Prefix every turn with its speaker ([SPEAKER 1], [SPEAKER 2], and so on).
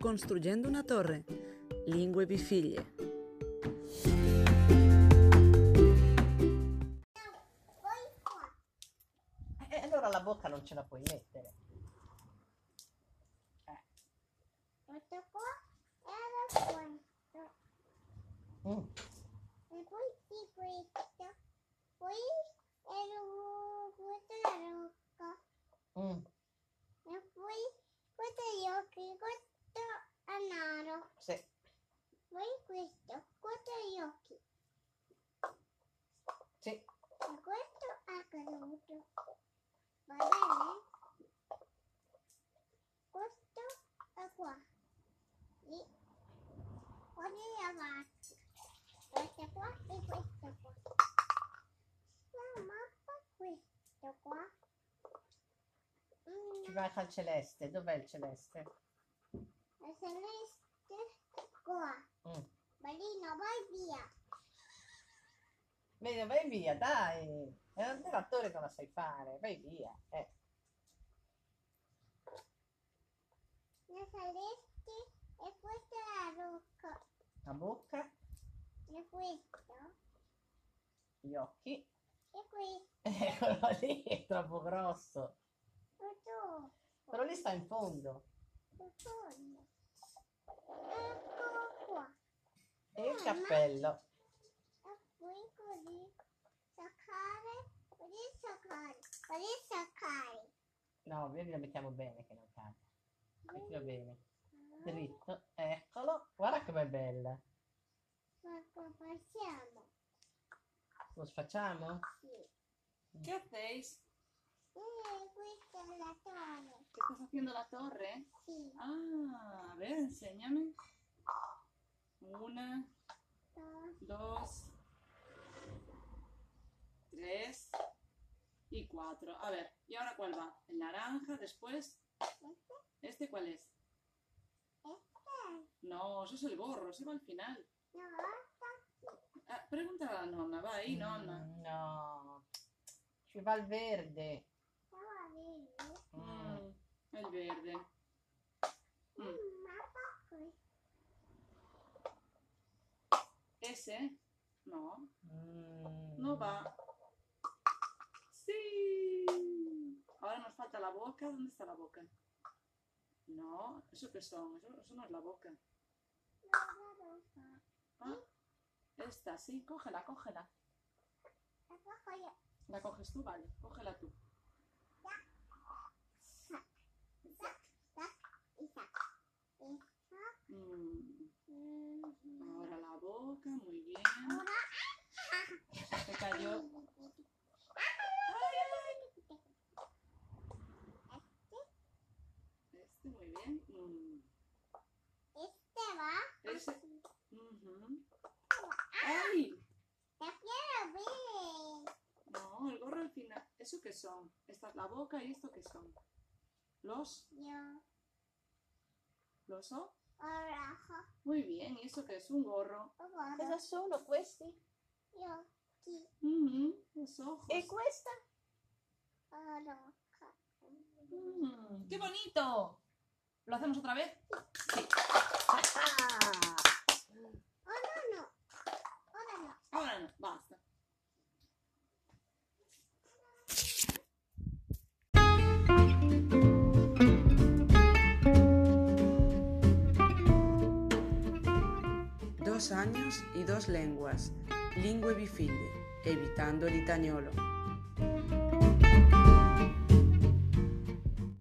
[SPEAKER 1] Construyendo una torre, Lingue Bifiglie.
[SPEAKER 2] E Eh, allora la bocca non ce la puoi mettere. Eh.
[SPEAKER 3] Metto qua e lo cuento.
[SPEAKER 2] Mm.
[SPEAKER 3] E poi di questo. Poi e lo questo la rocca.
[SPEAKER 2] Mm.
[SPEAKER 3] E poi questo gli occhi, questo al naro.
[SPEAKER 2] Sì.
[SPEAKER 3] Poi questo, questo gli occhi.
[SPEAKER 2] Sì.
[SPEAKER 3] E questo è caduto. Va bene? Questo è qua. Lì. Quello è avanti. Questo qua e questo qua. La mappa è questo qua.
[SPEAKER 2] Ci
[SPEAKER 3] Mm,
[SPEAKER 2] manca il celeste. Dov'è il celeste?
[SPEAKER 3] La celeste qua.
[SPEAKER 2] Mm.
[SPEAKER 3] Marino, vai via.
[SPEAKER 2] Vedi, vai via, dai. È un attore che non la sai fare. Vai via. Eh.
[SPEAKER 3] La celeste e questa è la rocca.
[SPEAKER 2] La bocca,
[SPEAKER 3] E questo.
[SPEAKER 2] gli occhi.
[SPEAKER 3] E questo.
[SPEAKER 2] Eccolo lì, è troppo grosso.
[SPEAKER 3] E tu.
[SPEAKER 2] Però lì sta in fondo.
[SPEAKER 3] Profondo. Ecco qua. Ah,
[SPEAKER 2] E
[SPEAKER 4] Ah,
[SPEAKER 2] il cappello.
[SPEAKER 3] E poi così. Saccare. Così saccare. Così saccare.
[SPEAKER 2] No, vedi, lo mettiamo bene che non cade. Mettilo bene.
[SPEAKER 3] Dritto.
[SPEAKER 2] Dritto. Eccolo. Guarda com'è bella.
[SPEAKER 3] Ma come facciamo?
[SPEAKER 2] Lo sfacciamo?
[SPEAKER 3] Sì.
[SPEAKER 4] Che attesi?
[SPEAKER 3] E questa è la torre.
[SPEAKER 4] Che sta facendo la torre?
[SPEAKER 3] Sì.
[SPEAKER 4] Ah, a ver, enséñame. Una,
[SPEAKER 3] Torre.
[SPEAKER 4] dos, tres y cuatro. A ver, ¿y ahora cuál va? El naranja, después. ¿Este cuál es? No, eso es el gorro, se va al final.
[SPEAKER 3] No,
[SPEAKER 4] Ah, pregúntale a la nonna, va ahí, nonna.
[SPEAKER 2] Mm, No. Ci va il verde.
[SPEAKER 3] no, a vedere.
[SPEAKER 2] Mm.
[SPEAKER 4] Mm, el verde. Mm,
[SPEAKER 3] Ma fa qui.
[SPEAKER 4] ¿Ese? No,
[SPEAKER 2] Mm.
[SPEAKER 4] No va. Sí. Ahora nos falta la boca. ¿Dónde está la boca? No, ¿eso qué son? Eso, eso no es la boca.
[SPEAKER 3] No, la rosa.
[SPEAKER 4] Ah, esta, sí, cógela, cógela.
[SPEAKER 3] La fa io.
[SPEAKER 4] ¿La coges tú? Vale, cógela tú.
[SPEAKER 3] Sac, sac, e sac. E sac.
[SPEAKER 4] Mm,
[SPEAKER 3] Mm.
[SPEAKER 4] Ahora la boca, muy bien.
[SPEAKER 3] Ahora.
[SPEAKER 4] Se cayó. Este, muy bien. Mm,
[SPEAKER 3] Este va.
[SPEAKER 4] Ese. ujú. ¡Ay!
[SPEAKER 3] La quiero ver.
[SPEAKER 4] No, el gorro al final. ¿Eso qué son? Esta es la boca y esto qué son. Los,
[SPEAKER 3] Yo.
[SPEAKER 4] los o-
[SPEAKER 3] Ora.
[SPEAKER 4] Muy bien, ¿y eso qué es? Un gorro.
[SPEAKER 3] Ora.
[SPEAKER 5] Cosa sono questi?
[SPEAKER 3] Io. Chi.
[SPEAKER 4] Ujú, Los ojos.
[SPEAKER 5] E questa?
[SPEAKER 3] Ora.
[SPEAKER 4] Mm, ¡Qué bonito! ¿Lo hacemos otra vez?
[SPEAKER 3] Ora no. Ora no.
[SPEAKER 4] Ahora no, basta.
[SPEAKER 1] Dos años y dos lenguas, Lingue Bifiglie, evitando el itañolo.